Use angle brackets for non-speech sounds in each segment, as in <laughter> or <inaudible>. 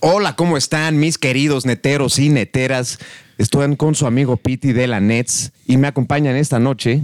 Hola, ¿cómo están mis queridos neteros y neteras? Estoy con su amigo Piti de la Nets y me acompañan esta noche.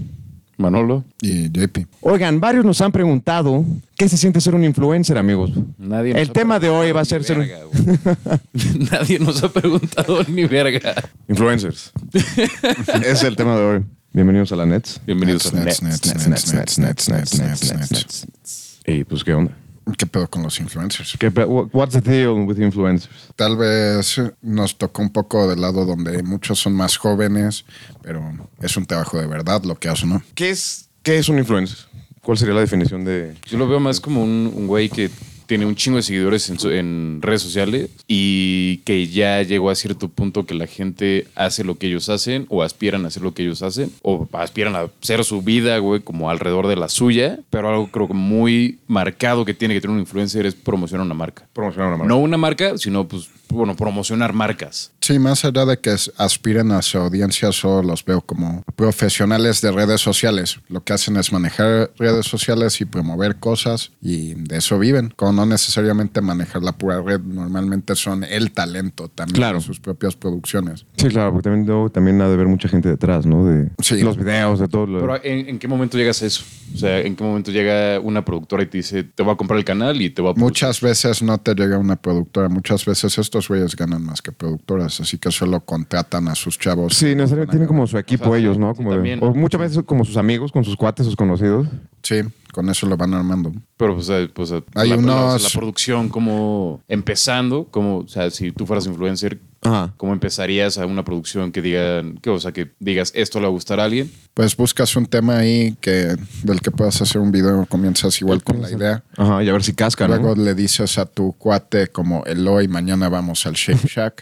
Manolo. Y JP. Oigan, varios nos han preguntado qué se siente ser un influencer, amigos. Nadie nos El ha tema de hoy va a ser ser un- <laughs> Nadie nos ha preguntado <laughs> ni verga. influencers. <laughs> es el tema de hoy. Bienvenidos a la Nets. Bienvenidos a Nets, Nets, Nets, Nets, Nets, Nets, Nets, Nets, Nets. Y pues qué onda. ¿Qué pedo con los influencers? ¿Qué pe- wha- What's the deal with influencers? Tal vez nos tocó un poco del lado donde muchos son más jóvenes, pero es un trabajo de verdad lo que hacen, ¿no? ¿Qué es qué es un influencer? ¿Cuál sería la definición de Yo lo veo más como un, un güey que tiene un chingo de seguidores en, su- en redes sociales y que ya llegó a cierto punto que la gente hace lo que ellos hacen o aspiran a hacer lo que ellos hacen o aspiran a hacer su vida, güey, como alrededor de la suya. Pero algo creo que muy marcado que tiene que tener un influencer es promocionar una marca. promocionar una No una marca, sino pues, bueno, promocionar marcas. Sí, más allá de que as- aspiren a su audiencia, solo los veo como profesionales de redes sociales. Lo que hacen es manejar redes sociales y promover cosas y de eso viven. Como no necesariamente manejar la pura red, normalmente son el talento también Claro. de sus propias producciones. Sí, claro, porque también, luego también ha de ver mucha gente detrás, ¿no? De Sí. los videos, de todo. Lo... Pero ¿en, en qué momento llegas a eso? O sea, ¿en qué momento llega una productora y te dice, te voy a comprar el canal y te voy a... Muchas veces no te llega una productora, muchas veces estos güeyes ganan más que productoras, así que solo contratan a sus chavos. Sí, necesariamente tienen como su equipo O sea, ellos, ¿no? sí, Como de- también. o muchas veces como sus amigos, con sus cuates, sus conocidos. Sí, con eso lo van armando. Pero, o sea, pues, o sea, Hay la, la- unos- la producción como empezando, como, o sea, si tú fueras influencer, Ajá. ¿cómo empezarías a una producción que digan, que, o sea, que digas, esto le va a gustar a alguien? <laughs> Pues buscas un tema ahí que del que puedas hacer un video, comienzas igual con la idea. Ajá, y a ver si cascan. Luego le dices a tu cuate como Eloy, mañana vamos al Shake Shack.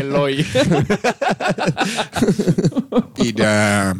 Eloy. y ya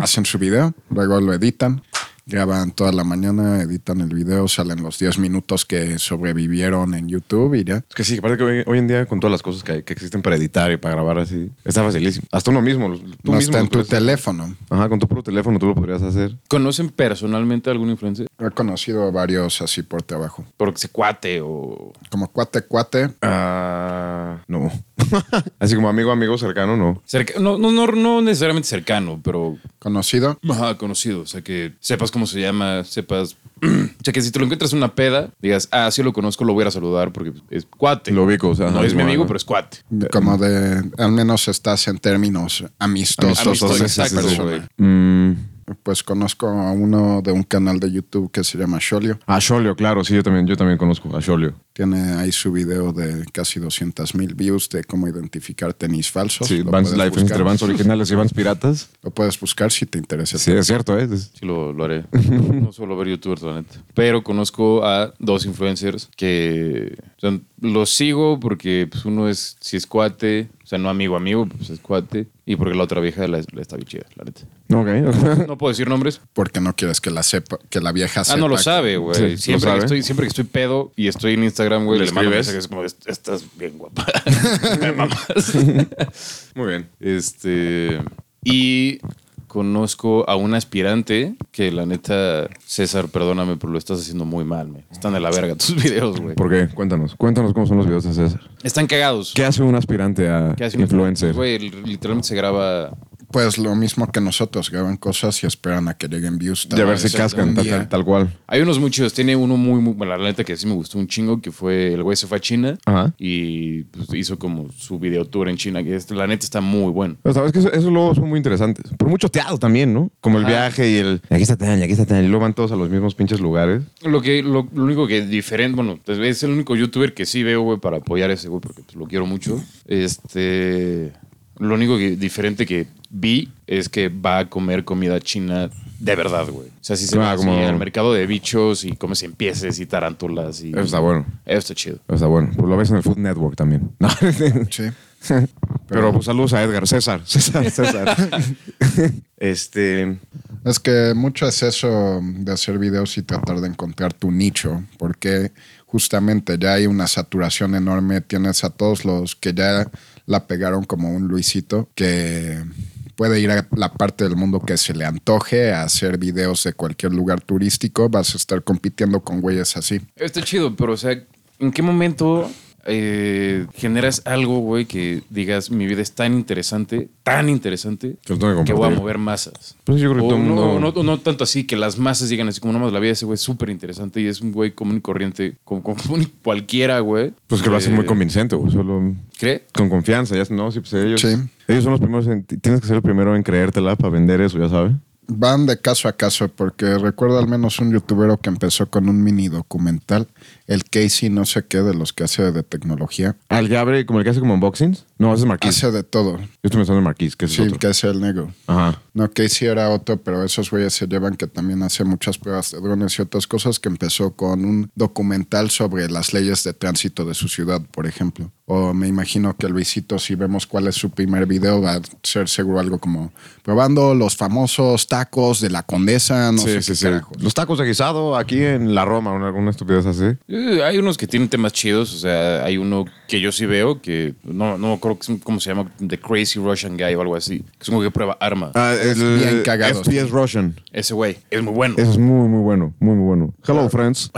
hacen su video, luego lo editan, graban toda la mañana, editan el video, salen los 10 minutos que sobrevivieron en YouTube y ya. Es que sí, que parece que hoy, hoy en día con todas las cosas que, hay- que existen para editar y para grabar así, está facilísimo. Hasta uno mismo. los- Tú no mismo está lo en tu puedes- teléfono. Ajá, con tu propio teléfono tú lo podrías hacer. ¿Conocen personalmente a algún influencer? He conocido a varios así por trabajo. Porque se cuate o... Como cuate, cuate. Ah, no. <laughs> así como amigo, amigo cercano, no. cerca- no, no, no, no necesariamente cercano, pero Conocido. Ajá, conocido. O sea, que sepas cómo se llama, sepas. <clears throat> o sea, que si te lo encuentras en una peda, digas, ah, sí lo conozco, lo voy a ir a saludar porque es cuate. Lo ubico, o sea, No ajá, es mi igual, amigo, ¿no? pero es cuate. Como de, al menos estás en términos amistosos. Amistoso, de esa exacto, persona. güey. Mm. Pues conozco a uno de un canal de YouTube que se llama Sholio. A Xolio, claro, sí, yo también, yo también conozco a Xolio. Tiene ahí su video de casi 200 mil views de cómo identificar tenis falsos. Sí, lo, Vans puedes Life, buscar. entre Vans originales y Vans piratas. Lo puedes buscar si te interesa. Sí, es cierto, ¿eh? Es- Sí, lo, <laughs> lo haré. No suelo ver youtubers, la neta. Pero conozco a dos influencers que o sea, los sigo porque pues, uno es, si es cuate, o sea, no amigo, amigo, pues es cuate. Y porque la otra vieja la, la está bien chida, la neta. Ok. No puedo decir nombres. Porque no quieres que la sepa, que la vieja Ah, sepa. no lo sabe, Sí, güey. lo siempre, sabe. que estoy- siempre que estoy pedo y estoy en Instagram, güey, ¿Le le, mando escribes? mensajes como, "Est- estás bien <laughs> guapa. Me mamas. <laughs> Muy bien. este, y conozco a un aspirante que la neta, César, perdóname, pero lo estás haciendo muy mal, güey. Están de la verga tus <laughs> videos, güey. ¿Por qué? Cuéntanos. Cuéntanos cómo son los videos de César. Están cagados. ¿Qué hace un aspirante a ¿Qué hace un influencer? Güey, literalmente se graba... Pues lo mismo que nosotros. Graban cosas y esperan a que lleguen views. tal De a ver vez, si cascan un tal, día. tal- tal cual. Hay unos muy chidos. Tiene uno muy, muy bueno, la neta que sí me gustó un chingo, que fue el güey se fue a China Ajá. y pues, hizo como su video tour en China. que es- la neta está muy bueno. Pero sabes que eso- esos luego son muy interesantes. Por mucho teado también, ¿no? Como el Ajá. viaje y el... Aquí está Tania, aquí está Tania. Y luego van todos a los mismos pinches lugares. Lo que lo, lo único que es diferente, bueno, pues, es el único youtuber que sí veo, güey, para apoyar a ese güey, porque pues, lo quiero mucho. Este, lo único que diferente que vi es que va a comer comida china de verdad, güey. O sea, sí se va Ah, así como- al mercado de bichos y come sin pieces y tarántulas y Eso está bueno. Eso está chido. Eso está bueno. Pues lo ves en el Food Network también. <laughs> No. Sí. Pero pues saludos a Edgar. César. César. <laughs> César. este... Es que mucho es eso de hacer videos y tratar de encontrar tu nicho, porque justamente ya hay una saturación enorme, tienes a todos los que ya la pegaron como un Luisito, que puede ir a la parte del mundo que se le antoje, a hacer videos de cualquier lugar turístico, vas a estar compitiendo con güeyes así. Está chido, pero o sea, ¿en qué momento eh, generas algo, güey, que digas mi vida es tan interesante, tan interesante, Que lo tengo que voy a compartir. mover masas? Pues yo creo que O todo el no- mundo- no, no tanto así, que las masas digan así como nomás la vida de ese güey es súper interesante y es un güey común y corriente, como, como <laughs> cualquiera, güey. Pues que lo hacen muy conveniente. convincente, güey. Solo ¿Cree? con confianza. Ya, no, sí, pues ellos. Sí. Ellos son los primeros. en- tienes que ser el primero en creértela para vender eso, ya sabes. Van de caso a caso, porque recuerdo al menos un youtubero que empezó con un mini documental, el Casey no sé qué, de los que hace de tecnología. Al que abre, como el que hace como unboxings. No, ese es Marquis. Hace de todo. Yo estoy pensando en Marquis, que es Ah, Sí, otro. que hace el negro. Ajá. No, Casey era otro, pero esos güeyes se llevan que también hace muchas pruebas de drones y otras cosas, que empezó con un documental sobre las leyes de tránsito de su ciudad, por ejemplo. O me imagino que Luisito, si vemos cuál es su primer video, va a ser seguro algo como probando los famosos tacos de la condesa, no sí, sé sí, qué sí. carajos. Los tacos de guisado aquí en la Roma, una, alguna estupidez así. Eh, Hay unos que tienen temas chidos, o sea, hay uno que yo sí veo que no, no creo que es un- cómo se llama, The Crazy Russian Guy o algo así, que es un güey que prueba arma. Ah, el, bien cagados. FPS Russian. Ese güey es muy bueno. Eso es muy, muy bueno. Muy, muy bueno. Hello, <laughs> friends.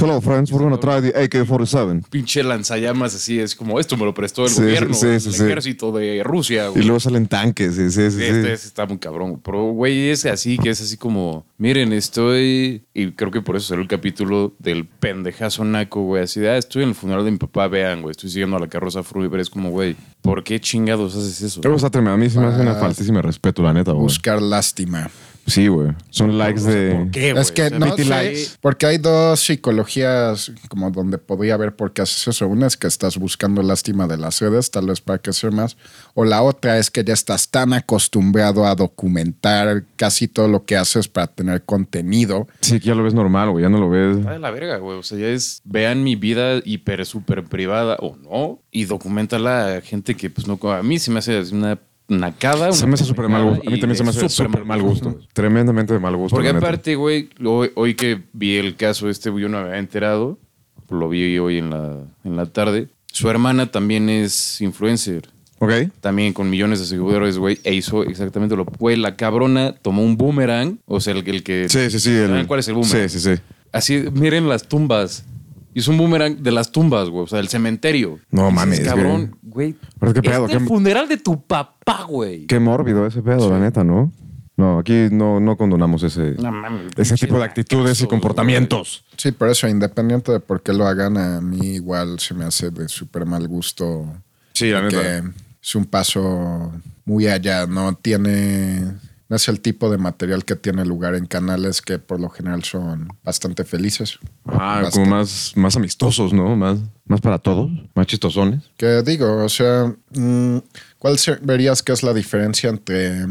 Hello, friends. We're gonna try the AK-47. Pinche lanzallamas así, es como esto me lo prestó el Sí, gobierno, sí, sí, el sí. ejército de Rusia. Y güey. luego salen tanques. Sí, sí, sí. sí. Este este está muy cabrón, pero güey es así, que es así como, miren, estoy, y creo que por eso salió el capítulo del pendejazo naco, güey, así de, ah, estoy en el funeral de mi papá, vean, güey, estoy siguiendo a la carroza Fruit, pero es como, güey, ¿por qué chingados haces eso? Pero está tremendo. A mí se me hace Ah. una faltísima respeto, la neta, güey. Buscar lástima. Sí, güey. Son likes de. ¿Qué, Es güey? que O sea, no pity sé, likes. porque hay dos psicologías como donde podría haber por qué haces eso. Una es que estás buscando lástima de las redes, tal vez para crecer más. O la otra es que ya estás tan acostumbrado a documentar casi todo lo que haces para tener contenido. Sí, que ya lo ves normal, güey. Ya no lo ves. Está de la verga, güey. O sea, ya es, vean mi vida hiper, súper privada o no, y documentala a gente que, pues, no, a mí se me hace una nacada. Se una me hace súper mal gusto. A mí y también se me hace de súper mal gusto. Tremendamente de mal gusto. <laughs> Porque la neta. aparte, güey, lo- hoy, que vi el caso este, yo no me había enterado, lo vi hoy en la, en la tarde, su hermana también es influencer. Ok. también con millones de seguidores, güey, e hizo exactamente lo. Güey, la cabrona tomó un boomerang, o sea, el, el que. Sí, sí, sí. el- ¿Saben cuál es el boomerang? Sí, sí, sí. Así, miren las tumbas. Hizo un boomerang de las tumbas, güey, o sea, del cementerio. No Dices, mames, Cabrón, güey. Pero es que pedo, es el qué- funeral de tu papá, güey. Qué mórbido ese pedo, la neta, ¿no? No, aquí no, no condonamos ese, No mames, ese pinche tipo de actitudes y nacazo, comportamientos. Sí, por eso, independiente de por qué lo hagan, a mí igual se me hace de súper mal gusto. Sí, la que es un paso muy allá, no tiene, no es el tipo de material que tiene lugar en canales que por lo general son bastante felices. Ah, Bast- como más, más amistosos, ¿no? Más, más para todos, más chistosones. Que digo, o sea, mm, ¿cuál se- verías que es la diferencia entre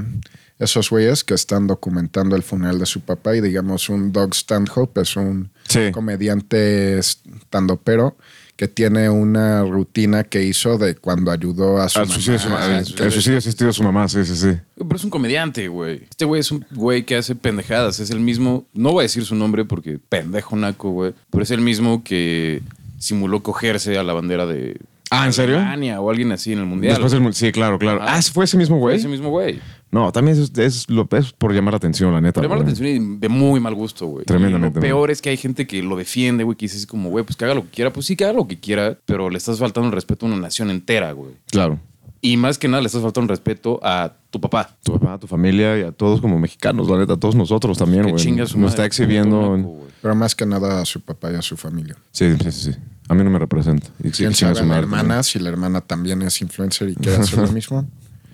esos güeyes que están documentando el funeral de su papá y digamos un Doug Stanhope es un Sí. comediante estandopero que tiene una rutina que hizo de cuando ayudó a su Al suicidio, de Ah, su ma- mamá, al- al suicidio asistido de su mamá, sí, sí, sí. Pero es un comediante, güey. Este güey es un güey que hace pendejadas. Es el mismo. No voy a decir su nombre porque pendejo naco, güey. Pero es el mismo que simuló cogerse a la bandera de. Ah, ¿en serio? Alemania o alguien así en el mundial. Después del mul- sí, claro, claro. Ah. Ah, ¿fue ese mismo Fue güey? Ese mismo güey. No, también es, es lo es por llamar la atención, la neta. Pero llamó la güey. atención y de muy mal gusto, güey. Tremendamente mal. Y Lo peor es que hay gente que lo defiende, güey, que dices como, güey, pues que haga lo que quiera. Pues sí, que haga lo que quiera, pero le estás faltando el respeto a una nación entera, güey. Claro. Y más que nada le estás faltando el respeto a tu papá. Tu papá, a tu familia y a todos como mexicanos, la neta, a todos nosotros también, Que güey. chinga Nos su madre, está exhibiendo. naco, güey. pero más que nada a su papá y a su familia. Sí, sí, sí, sí. A mí no me representa. Y sí, ¿Quién chinga sabe su la madre hermana si la hermana también <laughs> es influencer y quiere hacer lo mismo?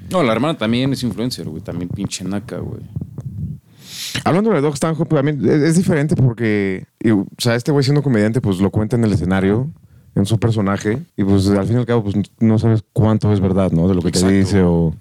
No, la hermana también es influencer, güey. También pinche naca, güey. Hablando de Doc Stanhope, a mí es, es diferente porque, y, o sea, este güey siendo comediante, pues lo cuenta en el escenario, en su personaje, y pues al fin y al cabo, pues no sabes cuánto es verdad, ¿no? De lo que Exacto. te dice o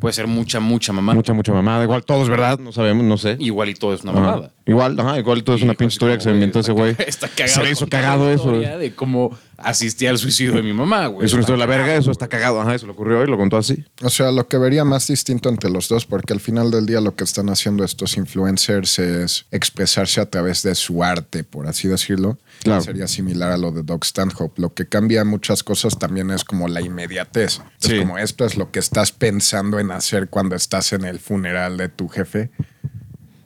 Puede ser mucha, mucha mamá. mucha, mucha mamada. Igual todo es verdad, no sabemos, no sé. Igual y todo es una Ajá. mamada. Igual, ajá, igual todo es una Hijo, pinche así historia como, que se inventó <laughs> está ese güey. ca- Está cagado. Se le hizo contar cagado la eso. historia De como, asistí al suicidio de mi mamá, güey. Es una historia de la verga, eso está cagado. Ajá, eso le ocurrió hoy, lo contó así. O sea, lo que vería más distinto entre los dos, porque al final del día lo que están haciendo estos influencers es expresarse a través de su arte, por así decirlo. Claro. Sería similar a lo de Doc Stanhope. Lo que cambia muchas cosas también es como la inmediatez. Sí. Es como esto es lo que estás pensando en hacer cuando estás en el funeral de tu jefe.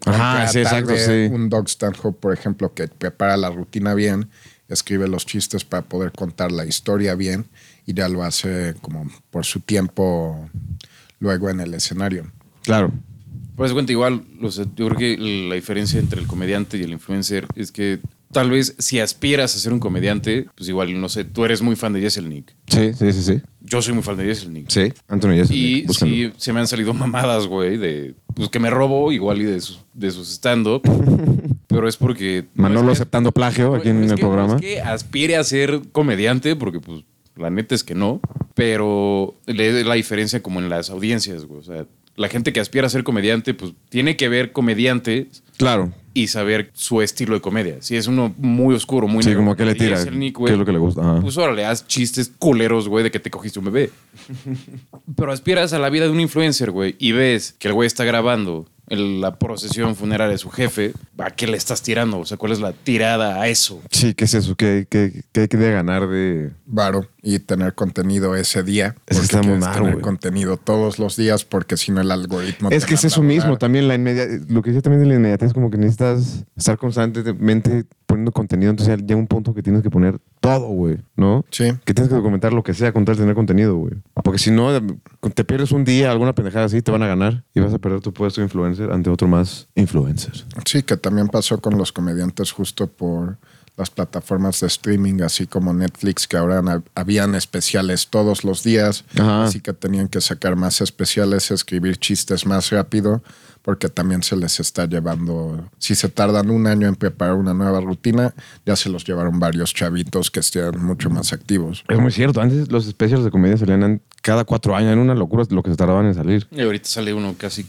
Ajá, Aunque sí, tal exacto, vez sí. Un Doc Stanhope, por ejemplo, que prepara la rutina bien, escribe los chistes para poder contar la historia bien y ya lo hace como por su tiempo luego en el escenario. Claro. Pues cuenta igual, o sea, yo creo que la diferencia entre el comediante y el influencer es que tal vez si aspiras a ser un comediante, pues igual, no sé, tú eres muy fan de Yeselnik. Sí, sí, sí, sí. Yo soy muy fan de Yeselnik. Sí, Antonio Yeselnik, Y búsquenlo. sí, se me han salido mamadas, güey, de pues que me robo igual y de sus, de sus <laughs> stand-up. pero es porque. no Manolo pues, es que- aceptando plagio aquí no, en es el que- programa. no es que aspire a ser comediante, porque pues la neta es que no, pero le- la diferencia como en las audiencias, güey. O sea, la gente que aspira a ser comediante, pues tiene que ver comediantes Claro. y saber su estilo de comedia. Si es uno muy oscuro, muy Sí, negro, como que le y tira, es el Nick, qué güey, es lo que le gusta, ajá. Pues órale, haz chistes culeros, güey, de que te cogiste un bebé. Pero aspiras a la vida de un influencer, güey, y ves que el güey está grabando el- la procesión funeraria de su jefe. ¿A qué le estás tirando? O sea, ¿cuál es la tirada a eso? Sí, ¿qué es eso? ¿Qué, qué, qué hay que de ganar de...? Varo y tener contenido ese día. Es que porque está muy quieres mal, tener güey. contenido todos los días porque si no el algoritmo. Es te que es manda eso a mismo, volar. también la inmediatez, lo que decía también de la inmediatez, como que necesitas estar constantemente poniendo contenido, entonces ya llega un punto que tienes que poner todo, güey, ¿no? Sí. Que tienes que documentar lo que sea con tal de tener contenido, güey. Porque si no, te pierdes un día, alguna pendejada así, te van a ganar y vas a perder tu puesto de influencer ante otro más influencer. Sí, que también pasó con los comediantes justo por las plataformas de streaming, así como Netflix, que ahora na- habían especiales todos los días, Ajá. así que tenían que sacar más especiales, escribir chistes más rápido, porque también se les está llevando, si se tardan un año en preparar una nueva rutina, ya se los llevaron varios chavitos que estén mucho más activos. Es muy cierto, antes los especiales de comedia salían an- cada cuatro años, era una locura lo que se tardaban en salir. Y ahorita sale uno casi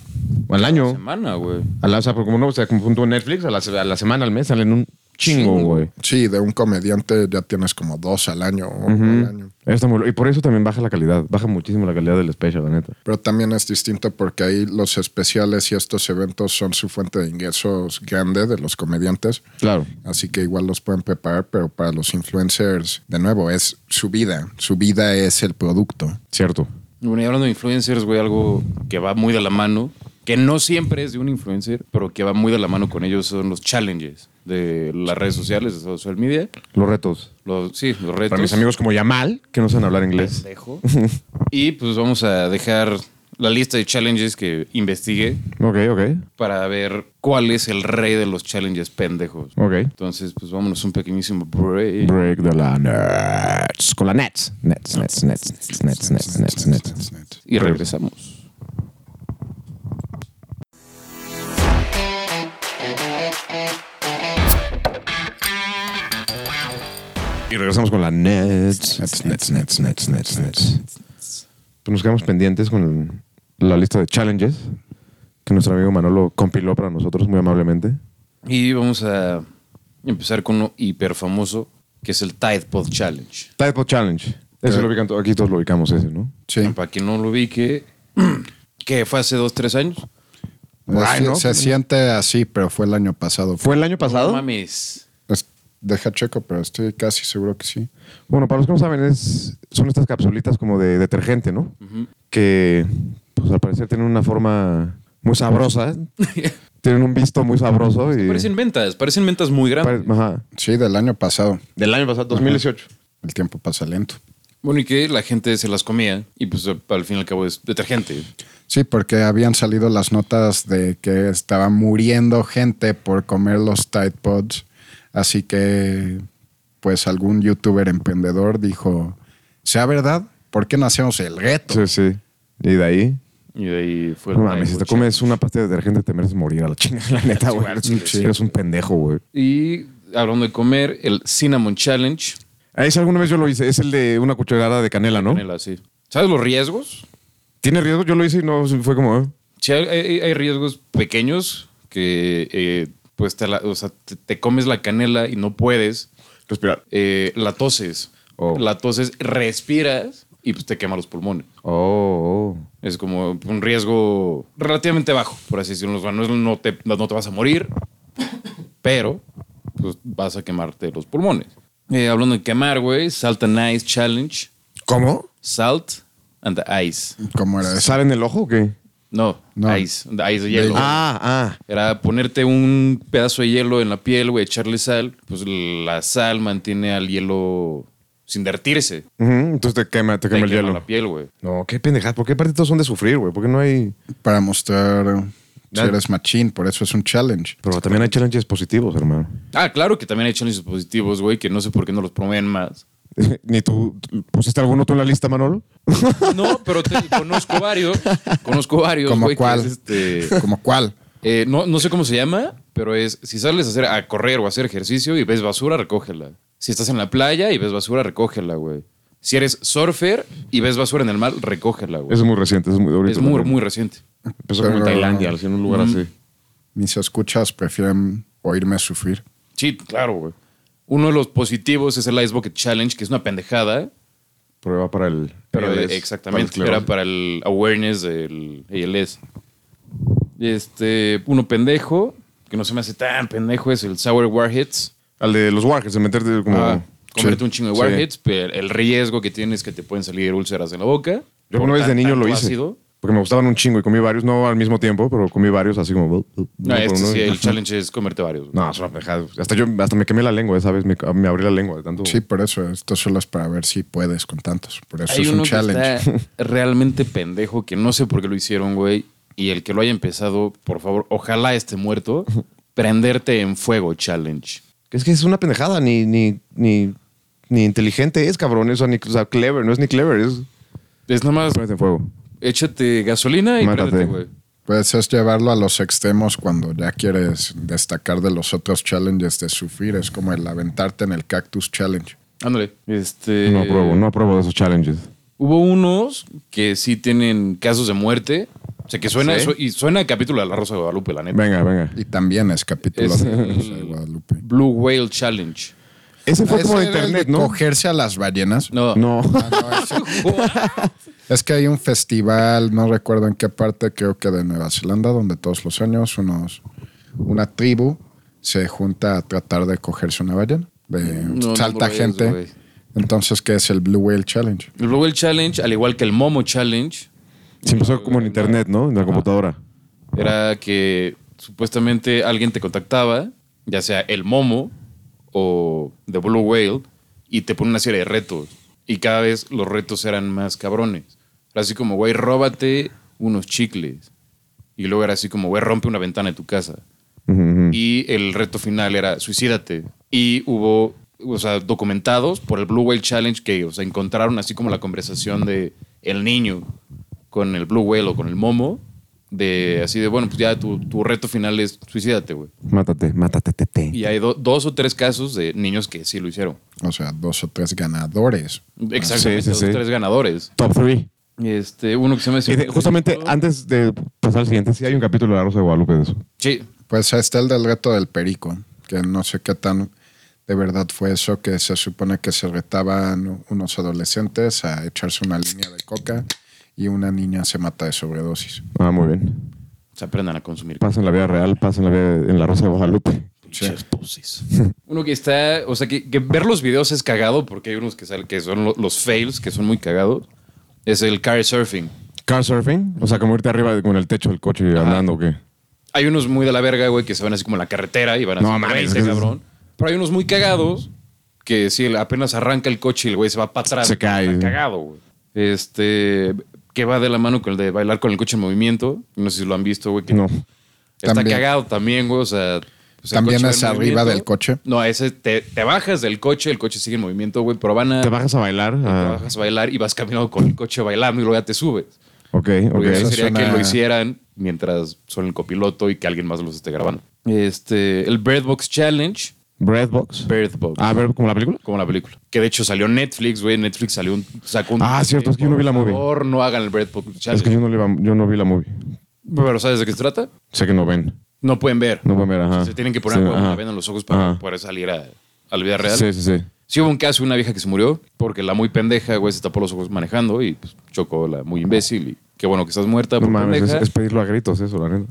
Al cada año. semana, güey. A la, o sea, como no, o sea, como punto Netflix, a la, se- a la semana, al mes salen un chingo, güey. Sí, de un comediante ya tienes como dos al año o al año. Eso está muy lo- y por eso también baja la calidad, baja muchísimo la calidad del special, la neta. Pero también es distinto porque ahí los especiales y estos eventos son su fuente de ingresos grande de los comediantes. Claro. Así que igual los pueden preparar, pero para los influencers, de nuevo, es su vida. Su vida es el producto. Cierto. Bueno, y hablando de influencers, güey, algo que va muy de la mano, que no siempre es de un influencer, pero que va muy de la mano con ellos son los challenges de las redes sociales, de social media. Los retos. Los, sí, los retos. Para mis amigos como Yamal, que no saben hablar inglés. Pendejo. <laughs> y pues vamos a dejar la lista de challenges que investigué Ok, ok. para ver cuál es el rey de los challenges pendejos. Ok. Entonces, pues vámonos un pequeñísimo break. Break the la Nets. Con la Nets. Nets, Nets, Nets, Nets, Nets, Nets, Nets, Nets. Y regresamos. Y regresamos con la Nets. Nets, Nets, Nets, Nets, Nets, Nets. Pues nos quedamos pendientes con la lista de challenges que nuestro amigo Manolo compiló para nosotros muy amablemente. Y vamos a empezar con uno hiper famoso, que es el Tide Pod Challenge. Type of Challenge. Eso lo ubican to- aquí todos lo ubicamos ese, ¿no? Sí. Para quien no lo ubique, <clears throat> que fue hace dos, tres años. Así- ¿no? Se siente así, pero fue el año pasado. ¿Fue el año No pasado? mames. Es- Deja checo, pero estoy casi seguro que sí. Bueno, para los que no saben, es, son estas capsulitas como de detergente, ¿no? Que, pues al parecer tienen una forma muy sabrosa. ¿eh? <laughs> tienen un visto muy sabroso. Y Parecen ventas, parecen ventas muy grandes. pare- ajá. Sí, del año pasado. Del año pasado, 2018. El tiempo pasa lento. Bueno, y que la gente se las comía y pues al fin y al cabo es detergente. Sí, porque habían salido las notas de que estaba muriendo gente por comer los Tide Pods. Así que, pues algún youtuber emprendedor dijo, sea verdad, ¿por qué no hacemos el Sí, reto? sí. Y de ahí. Y de ahí fue... Pues No mames, si te comes una pastilla de detergente, te mereces morir a la chinga, <laughs> la neta, güey. Sí. Eres un pendejo, güey. Y hablando de comer, el Cinnamon Challenge. Ahí si alguna vez yo lo hice. Es el de una cucharada de canela, ¿no? Ponela así. ¿Sabes los riesgos? ¿Tiene riesgo? Yo lo hice y no fue como. eh. Sí, hay, hay- hay riesgos pequeños que eh, pues te, la- o sea, te- te comes la canela y no puedes. Respirar. eh, la toses. Oh. La tos es respiras y pues te quema los pulmones. Oh, oh. Es como un riesgo relativamente bajo, por así decirlo. O sea, no, es- no te, no te vas a morir, pero pues, vas a quemarte los pulmones. Eh, hablando de quemar, güey, Salt and Ice Challenge. ¿Cómo? Salt and Ice. ¿Cómo era eso? ¿Sale en el ojo o qué? No, No. ice. Ice de hielo. Ah, ah. Era ponerte un pedazo de hielo en la piel, güey, echarle sal. Pues la sal mantiene al hielo sin derretirse. Ujú, Entonces te quema, te Te quema el quema hielo. la piel, güey. No, qué pendejada. ¿Por qué partidos son de sufrir, güey? ¿Por qué no hay...? Para mostrar si Dale. eres machín, por eso es un challenge. Pero también hay challenges positivos, hermano. <laughs> Ah, claro que también hay challenges positivos, güey, que no sé por qué no los promueven más. ¿Ni tú pusiste alguno tú en la lista, Manolo? No, pero te- conozco varios. Conozco varios, ¿Como güey. que cuál? es, este, ¿Como cuál? eh, no, no sé cómo se llama, pero es si sales a, hacer, a correr o a hacer ejercicio y ves basura, recógela. Si estás en la playa y ves basura, recógela, güey. Si eres surfer y ves basura en el mar, recógela, güey. Es muy reciente, es muy ahorita Es muy, también. muy reciente. Empezó como en Pero- Tailandia, así en un lugar así. Mis escuchas prefieren oírme sufrir. Sí, claro, güey. Uno de los positivos es el Ice Bucket Challenge, que es una pendejada, Prueba para el... pero ALS, exactamente, para el era para el awareness del ALS. Este, uno pendejo, que no se me hace tan pendejo, es el Sour Warheads. Al de los Warheads, de meterte como... Ah, comerte Sí. un chingo de Sí. Warheads, pero el riesgo que tienes es que te pueden salir úlceras en la boca. Yo una Por vez de tan- niño lo tanto hice. ácido. Porque me gustaban un chingo y comí varios, no al mismo tiempo, pero comí varios así como... No, uno por este uno. sí, el challenge es comerte varios. güey. No, es una pendejada. Hasta yo, hasta me quemé la lengua, ¿sabes? Me, me abrí la lengua de tanto... Sí, por eso. Esto solo es para ver si puedes con tantos. Por eso Hay es uno un challenge. que está realmente pendejo que no sé por qué lo hicieron, güey. Y el que lo haya empezado, por favor, ojalá esté muerto. Prenderte en fuego challenge. Es que es una pendejada, ni, ni, ni, ni inteligente es, cabrón. Eso, ni, o sea, clever, no es ni clever, es. Es nada más, Ponete en fuego. échate gasolina y Mátate. préndete, güey. Pues es llevarlo a los extremos cuando ya quieres destacar de los otros challenges de sufrir. Es como el aventarte en el cactus challenge. Ándale. Este, No apruebo, no apruebo de esos challenges. Hubo unos que sí tienen casos de muerte. O sea, que suena, Sí. su- y suena el capítulo de La Rosa de Guadalupe, la neta. Venga, venga. Y también es capítulo Es de el- Rosa de Guadalupe. Ah, Blue Whale Challenge. Ese fue como de Ese era el internet, de ¿no? Cogerse a las ballenas. <laughs> No. No. Es que hay un festival, no recuerdo en qué parte, creo que de Nueva Zelanda, donde todos los años unos, una tribu se junta a tratar de cogerse una ballena. De, no salta lo veas, gente. güey. Entonces, ¿qué es el Blue Whale Challenge? El Blue Whale Challenge, al igual que el Momo Challenge, Se empezó como en internet, ¿no? En la computadora. era que supuestamente alguien te contactaba, ya sea el Momo o The Blue Whale, y te pone una serie de retos. Y cada vez los retos eran más cabrones. Era así como, güey, róbate unos chicles. Y luego era así como, güey, rompe una ventana de tu casa. Ujú, ujú. Y el reto final era suicídate. Y hubo, o sea, documentados por el Blue Whale Challenge que, o sea, encontraron así como la conversación de el niño con el Blue Whale o con el Momo. De así de, bueno, pues ya tu, tu reto final es suicídate, güey. Mátate, mátate, te, te. Y hay do- dos o tres casos de niños que sí lo hicieron. O sea, dos o tres ganadores. Exactamente, sí, dos sí. o tres ganadores. Top 3. Este, uno que se llama... Y de- justamente antes de pasar al siguiente, sí hay un capítulo de la Rosa de Guadalupe de eso. Sí, Pues está el del reto del perico, que no sé qué tan de verdad fue eso, que se supone que se retaban unos adolescentes a echarse una línea de coca y una niña se mata de sobredosis. Ah, muy bien. se aprendan a consumir. Pasa en la vida real, pasa en la vida en la Rosa de Guadalupe. Pinches pussies. <laughs> Uno que está, o sea, que, que ver los videos es cagado porque hay unos que, sal- que son lo- los fails, que son muy cagados. Es el car surfing. Car surfing, o sea, como irte arriba de- con el techo del coche andando, ¿o qué? Hay unos muy de la verga, güey, que se van así como en la carretera y van a No mames, que es- cabrón. Pero hay unos muy cagados que si el- apenas arranca el coche y el güey se va para atrás. Se cae. Está cagado, güey. Este, que va de la mano con el de bailar con el coche en movimiento. No sé si lo han visto, güey. que- No. Está También. cagado también, güey. O sea. pues, el También coche va es en arriba movimiento. del coche. No, ese te, te bajas del coche, el coche sigue en movimiento, güey, pero van a. Te bajas a bailar. te ah, bajas a bailar y vas caminando con el coche bailando y luego ya te subes. ok, ok. Porque eso sería que suena- lo hicieran mientras son el copiloto y que alguien más los esté grabando. Este, el Bird Box Challenge. Breadbox. Bird Box. Ah, ver, como la película. Como la película. Que de hecho salió Netflix, güey. Netflix salió un. Sacó un Ah, cierto, es que yo no vi la Por movie. favor, no hagan el Bird Box Es Challenge. que yo no, le iba- yo no vi la movie. Pero ¿sabes de qué se trata? Sé que no ven. No pueden ver. No pueden ver, ajá. Ah, Se tienen que poner Sí, huevo, ajá. la venda en los ojos para Ajá. poder salir a, a la vida real. Sí, sí, sí. Sí hubo un caso de una vieja que se murió porque la muy pendeja, güey, se tapó los ojos manejando y pues, chocó la muy imbécil y qué bueno que estás muerta. No por mames, es, pendeja. es pedirlo a gritos eso, la neta.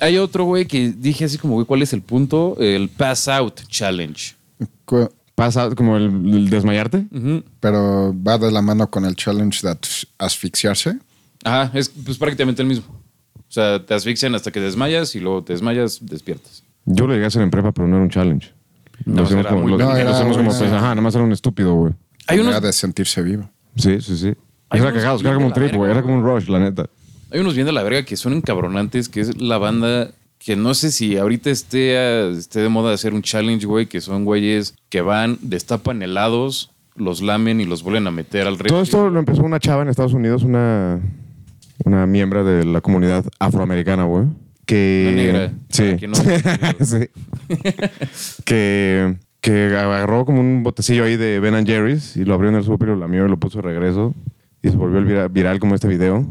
Hay otro, güey, que dije así como, güey, ¿cuál es el punto? El pass out challenge. Cu- Pasa como el, el desmayarte. Ujú. Pero va de la mano con el challenge de as- asfixiarse. Ajá, es pues, prácticamente el mismo. O sea, te asfixian hasta que desmayas y luego te desmayas, despiertas. Yo lo llegué a hacer en prepa, pero no era un challenge. Lo No, hacemos era como, muy lo- pendejo. lo hacemos No, era- como, pues, ajá, nada más era un estúpido, güey. Hay unos, Era de sentirse vivo. Sí, sí, sí. Hay Era unos cagado, bien era como de un la trip, güey. verga, Era como un rush, la neta. hay unos bien de la verga que son encabronantes, que es la banda que no sé si ahorita esté, ah, esté de moda hacer un challenge, güey, que son güeyes que van, destapan helados, los lamen y los vuelven a meter al refri. Todo esto lo empezó una chava en Estados Unidos, una, una miembro de la comunidad afroamericana, güey. Que. Una negra, Sí. para que no- <laughs> Sí. que, que agarró como un botecillo ahí de Ben Jerry's y lo abrió en el súper y lo lamió y lo puso de regreso. Y se volvió el vira- viral como este video.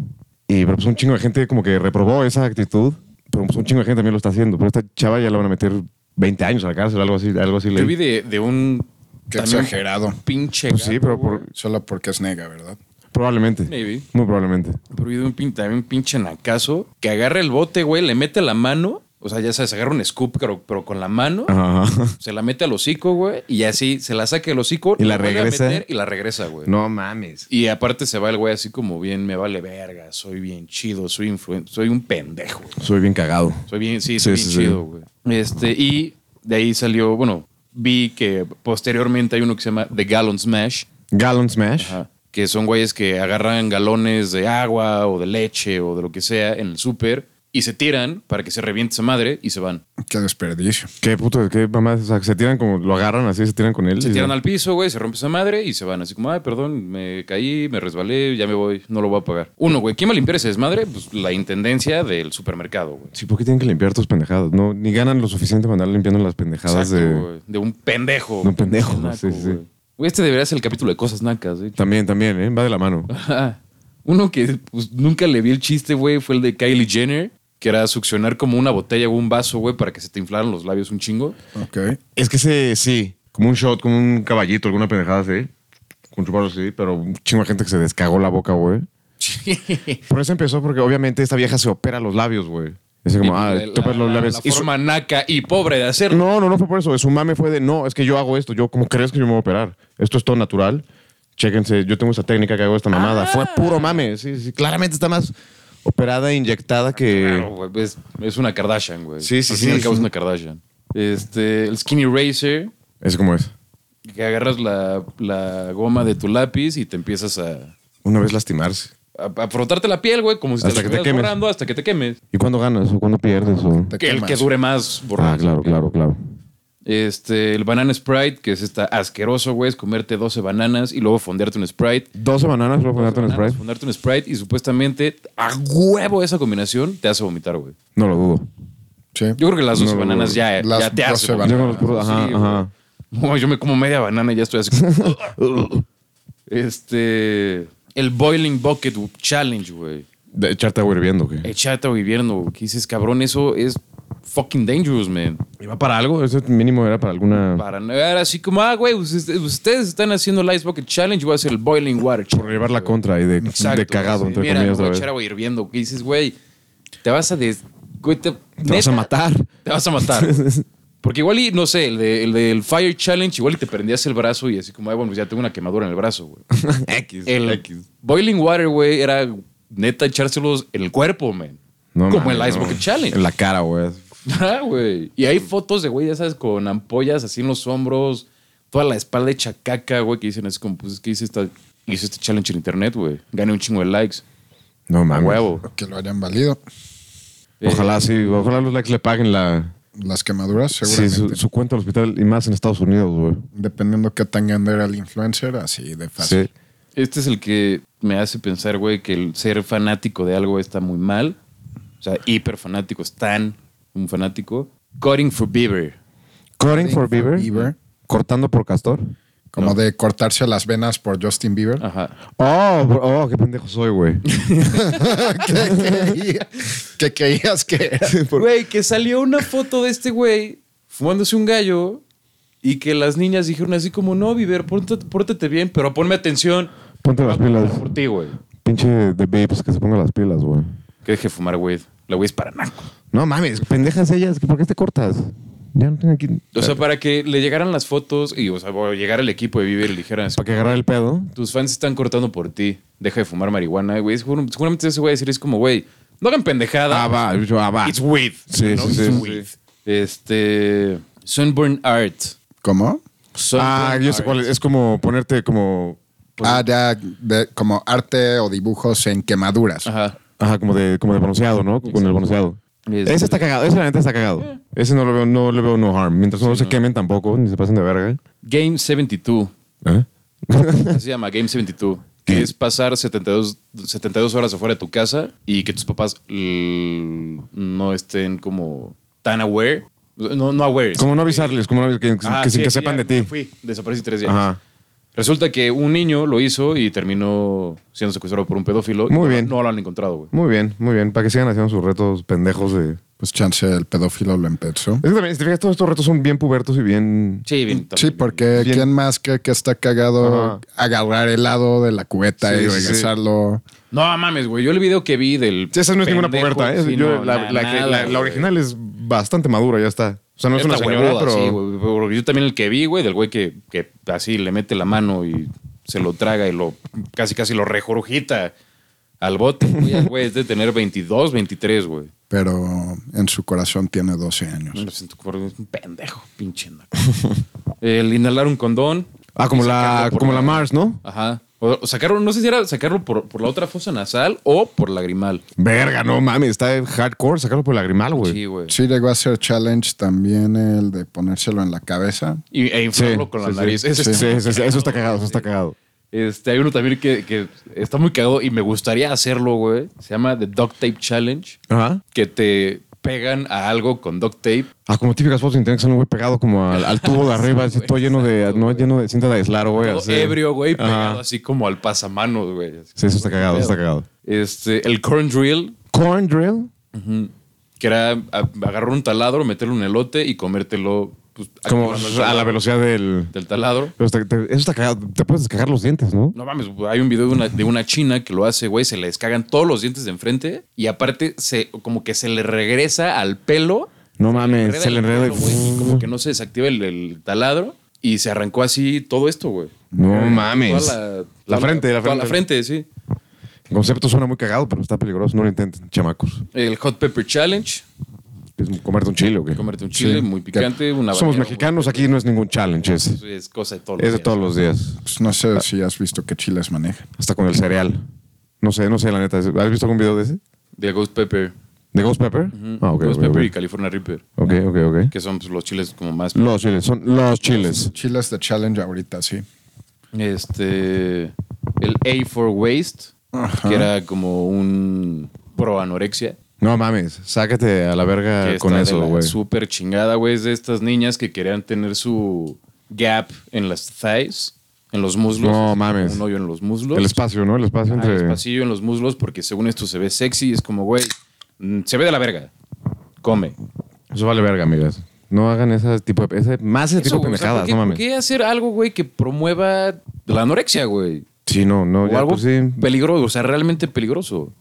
Y pero pues un chingo de gente como que reprobó esa actitud. Pero pues un chingo de gente también lo está haciendo. Pero esta chava ya la van a meter 20 años a la cárcel, algo así. Algo así Yo leí. vi de, de un... Qué también exagerado. Pinche Pues sí, gato, pero por- güey. Solo porque es nega, ¿verdad? probablemente. Maybe. Muy probablemente. Pero yo de un pin, también un pinche nacazo que agarra el bote, güey, le mete la mano. O sea, ya sabes, agarra un scoop, pero, pero con la mano. Ajá. Se la mete al hocico, güey. Y así se la saca el hocico. Y la vuelve a regresa. meter y la regresa, güey. No mames. Y aparte se va el güey así como bien, me vale verga, soy bien chido, soy influen soy un pendejo. Soy bien cagado. Soy bien, sí, soy Sí, bien sí, sí. chido, güey. Este, y de ahí salió, bueno, vi que posteriormente hay uno que se llama The Gallon Smash. Gallon Smash. Ajá. Que son güeyes que agarran galones de agua o de leche o de lo que sea en el súper y se tiran para que se reviente esa madre y se van. Qué desperdicio. Qué puto, qué mamá. O sea, que se tiran como, lo agarran así, se tiran con él. Se y- tiran al piso, güey, se rompe esa madre y se van. Así como, ay, perdón, me caí, me resbalé, ya me voy, no lo voy a pagar. Uno, güey, ¿quién va a limpiar ese desmadre? Pues la intendencia del supermercado, güey. Sí, ¿por qué tienen que limpiar tus pendejadas? No, ni ganan lo suficiente para andar limpiando las pendejadas Exacto, de... güey, de un pendejo. De un pendejo, naco, sí, sí. güey. Güey, este debería ser el capítulo de cosas nacas, de hecho. También, también, ¿eh? Va de la mano. Ajá. <laughs> Uno que pues, nunca le vi el chiste, güey, fue el de Kylie Jenner, que era succionar como una botella o un vaso, güey, para que se te inflaran los labios un chingo. Ok. Es que ese, sí, como un shot, como un caballito, alguna pendejada así. Con chuparlo así, pero un chingo de gente que se descagó la boca, <laughs> güey. Por eso empezó, porque obviamente esta vieja se opera los labios, güey. Es como, ah, Y la- topas los la- labios. La Y su- forma naca y pobre de hacerlo. No, no, no fue por eso. Su mame fue de, no, es que yo hago esto. Yo, ¿cómo crees que yo me voy a operar? Esto es todo natural. Chéquense, yo tengo esta técnica que hago esta mamada. Fue Ah. puro mame. Sí, sí, claramente está más operada e inyectada que... Claro, güey, es, es una Kardashian, güey. Sí, sí, Al fin y sí, al cabo sí. es una Kardashian. Este, el Skinny Racer, Es como es. que agarras la, la goma de tu lápiz y te empiezas a, Una vez lastimarse. a, a frotarte la piel, güey, como si Hasta que te la te estuvieras quemes. borrando hasta que te quemes. ¿Y cuándo ganas o cuándo pierdes? O... Te Que el quemas. que dure más borrado. Ah, claro, claro, claro. Este, el banana sprite, que es esta asqueroso, güey, es comerte 12 bananas y luego fondearte un sprite. 12 bananas para ponerte un Bananas, spray. Fondarte un sprite y supuestamente a huevo esa combinación te hace vomitar, güey. No lo dudo. Sí. Yo creo que las 12 No, bananas ya, las ya te 12 hace vomitar. bananas. Yo con los puros- Sí, ajá, güey. ajá. No, yo me como media banana y ya estoy así. como- <laughs> este, el boiling bucket challenge, güey. De echarte agua hirviendo, güey. Echate o invierno, que dices, cabrón, eso es fucking dangerous, man. ¿Iba para algo? Eso mínimo era para alguna... Para no era así como, ah, güey, ustedes, ustedes están haciendo el Ice Bucket Challenge, yo voy a hacer el Boiling Water Por Challenge. llevar la contra y de, Exacto, de cagado, sí. entre Mira, comillas, voy a otra vez. echar agua hirviendo. Que dices, güey, te vas a des... güey, te, Te vas neta, a matar. Te vas a matar. <laughs> Porque igual y, no sé, el, de- el del Fire Challenge, igual y te prendías el brazo y así como, ay, bueno, pues ya tengo una quemadura en el <laughs> brazo, güey. X. El Boiling Water, güey, era neta echárselos en el cuerpo, man. No como mames, el Ice no. Bucket Challenge. En la cara, güey. <laughs> Ah, güey. Y hay fotos de güey, ya sabes, con ampollas así en los hombros, toda la espalda hecha caca, güey, que dicen así como, pues es que hice, esta, hice este challenge en internet, güey. Gané un chingo de likes. No A mames. huevo. Que lo hayan valido. Eh, Ojalá sí, ojalá los likes le paguen la Las quemaduras, sí, su, seguramente. su cuenta al hospital y más en Estados Unidos, güey. Dependiendo qué tan grande era el influencer, así de fácil. Sí. Este es el que me hace pensar, güey, que el ser fanático de algo está muy mal. O sea, hiper fanático, es tan un fanático. Cutting for Bieber. Cutting for Bieber. Bieber. Cortando por Castor. Como de cortarse las venas por Justin Bieber. <laughs> Ajá. Oh, bro, oh, qué pendejo soy, <laughs> güey. ¿Qué, <laughs> qué creías que era? Güey, que salió una foto de este güey fumándose un gallo Y que las niñas dijeron así como, no, Viver, pórtate, pórtate bien, pero ponme atención. Ponte las Voy a pilas. poner Por ti, güey. Pinche de babes que se ponga las pilas, güey. Que deje de fumar, güey. La güey es para naco. No mames, pendejas ellas, ¿por qué te cortas? Ya no tengo aquí. O sea, para que le llegaran las fotos y, o sea, o llegara el equipo de Viver y le dijeran, así, Para que agarrar el pedo. tus fans están cortando por ti, deja de fumar marihuana, güey. Seguro- Seguramente ese güey va a decir, es como, güey, no hagan pendejada. Ah, va, yo, ah, va. It's weed. Sí, ¿no? sí, sí, It's sí. weed. Este. Sunburn Art. ¿Cómo? Sunburn Ah, yo sé Art. cuál es. Es como ponerte como. ah, ya, de- como arte o dibujos en quemaduras. Ajá. Ajá, como de, como de bronceado, ¿no? Con el bronceado. Este- Ese está cagado, ese la neta está cagado. Ese no, lo veo, no le veo no harm. Mientras no se quemen tampoco, ni se pasen de verga. Game 72. <laughs> ¿Eh? Así se llama, Game 72. Que es pasar 72, 72 horas afuera de tu casa y que tus papás l- no estén como tan aware. No, no aware. Como no avisarles, como no avis- que, Ah, que, sí, que ya sepan de me ti. Fui, desaparecí tres días. Ajá. Resulta que un niño lo hizo y terminó siendo secuestrado por un pedófilo. Muy No- bien. No lo han encontrado, güey. Muy bien, muy bien. Para que sigan haciendo sus retos pendejos de. Pues chance el pedófilo lo empezó. Es que también, si te fijas, todos estos retos son bien pubertos y bien. Sí, bien. Sí, porque Bien. ¿quién más cree que está cagado agarrar helado de la cubeta Sí, sí, y sí. regresarlo? No mames, güey. Yo el video que vi del. Sí, esa no es ninguna pendejo, puberta, ¿eh? sí, Yo- no, la, na- la que- nada, la- la güey. original es bastante madura, ya está. O sea, no es Esta una señora, huevada, pero. sí, güey, porque yo también el que vi, güey, del güey que, que así le mete la mano y se lo traga y lo casi casi lo rejurujita al bote. Güey, El güey es de tener 22, 23, güey. Pero en su corazón tiene 12 años. No sé, tu cuerpo Es un pendejo, <laughs> pinche naco. El inhalar un condón. Ah, como y la, sacarlo por como la Mars, ¿no? Ajá. O, o sacarlo, no sé si era sacarlo por, por la otra fosa nasal o por lagrimal. Verga, no mames, está hardcore sacarlo por el lagrimal, güey. Sí, güey. Sí llegó a ser challenge también el de ponérselo en la cabeza. Y, e inflarlo Sí, con la sí, sí. nariz. Ese Sí, está sí, sí, sí, eso está cagado, cagado, eso güey. está cagado. Este, hay uno también que, que está muy cagado y me gustaría hacerlo, güey. Se llama The Duct Tape Challenge. Ajá. Que te pegan a algo con duct tape. Ah, como típicas fotos en internet que sale un güey pegado como al, al <laughs> tubo de arriba, así todo lleno de, no, lleno de cinta de aislar, güey. Todo así. ebrio, güey, Ajá. pegado así como al pasamanos, güey. Así. Sí, eso está cagado, eso está cagado. Este, el corn drill, Corn drill. que era a- agarrar un taladro, meterlo en un elote y comértelo pues, Como activando el a la taladro velocidad del. del taladro. Pero está- te- Eso está cagado. Te puedes descagar los dientes, ¿no? No mames, güey, hay un video de una, de una china que lo hace, güey, se le descagan todos los dientes de enfrente y aparte se, como que se le regresa al pelo No mames, enreda se le el enreda. pelo, güey, y como que no se desactiva el, el taladro y se arrancó así todo esto, güey. No Toda mames. la, La toda frente, la toda frente. sí. El <laughs> concepto suena muy cagado, pero está peligroso. No lo intenten, chamacos. El hot pepper challenge, Es comerte un chile, güey. comerte un chile muy picante, una Somos mexicanos, aquí no es ningún challenge. Es, es cosa de todos los es de días. todos los días. Pues no Ah. sé si has visto qué chiles maneja. Hasta con el cereal. No sé, no sé, la neta. ¿Has visto algún video de ese? De ghost pepper. ¿De Ghost Pepper? Ah, ok. ghost ok, ok. pepper y California Reaper, Ok, ok, ok. que son pues, los chiles como más Los chiles, son los chiles. Chiles de challenge ahorita, sí. este el A for waste, que era como un pro anorexia. No mames, sácate a la que verga está Ah, con de eso, la güey. Súper chingada, güey. Es de estas niñas que querían tener su gap en las thighs, en los muslos. No así, mames. Un hoyo en los muslos. El espacio, ¿no? El espacio Ah, entre. el pasillo en los muslos, porque según esto se ve sexy. Es como, güey, mm, se ve de la verga. Come. Eso vale verga, amigas. No hagan ese tipo de. ese- más ese tipo Eso, de güey, o sea, pendejadas, ¿por qué- no por mames. qué hacer algo, güey, que promueva la anorexia, güey? Sí, no, no, O ya algo pues sí. peligroso, o sea, realmente peligroso.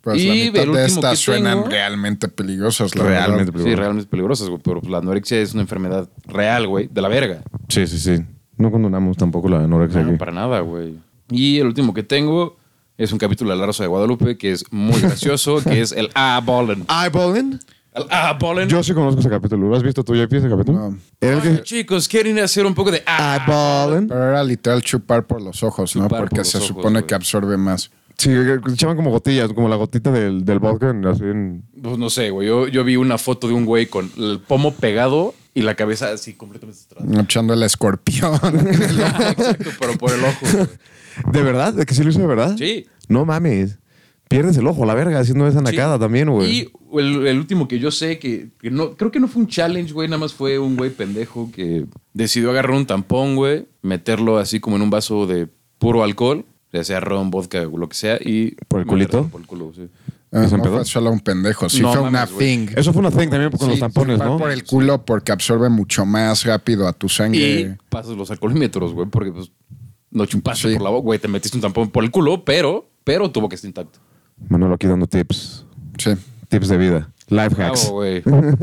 Pues la Y mitad el último de estas que suenan tengo- realmente peligrosas, la Realmente verdad. Sí, peligroso. realmente peligrosas, güey, pero pues, la anorexia es una enfermedad real, güey, de la verga. Sí, sí, sí. No condonamos tampoco la anorexia No, aquí. para nada, güey. Y el último que tengo es un capítulo de La Rosa de Guadalupe que es muy gracioso, que es el Ah Bollen. ¿Eyeballing? El Ah Bollen. Yo sí conozco ese capítulo. ¿Lo has visto tú, JP, ese capítulo? No. Era el que- Chicos, quieren hacer un poco de Ah. Eyeballing. Pero era literal chupar por los ojos, ¿no? Chupar por Porque los se ojos, supone güey. que absorbe más. Sí, que se llaman como gotillas, como la gotita del, del vodka. en- Así en... Pues no sé, güey. Yo, yo vi una foto de un güey con el pomo pegado y la cabeza así completamente <laughs> destrozada. Echando el <laughs> escorpión. Exacto, pero por el ojo. güey. ¿De verdad? ¿De que sí lo hizo de verdad? Sí. No mames. Pierdes el ojo, la verga, haciendo esa nacada Sí. también, güey. Y el, el último que yo sé, que, que no, creo que no fue un challenge, güey, nada más fue un güey pendejo que decidió agarrar un tampón, güey, meterlo así como en un vaso de puro alcohol, ya sea ron, vodka o lo que sea, y... ¿Por el culito? Por el culo, sí. Ah, ¿Y se no empedó? fue solo un pendejo. Sí No fue una mames, güey. thing. Eso fue una thing también con Sí, los tampones, se va ¿no? por el culo porque absorbe mucho más rápido a tu Y sangre. pasas los alcoholímetros, güey, porque pues, no chumpaste Sí. por la boca, güey, te metiste un tampón por el culo, pero, pero tuvo que estar intacto. Manolo aquí dando tips. Sí. Tips de vida. Life hacks. <laughs> Bravo, güey.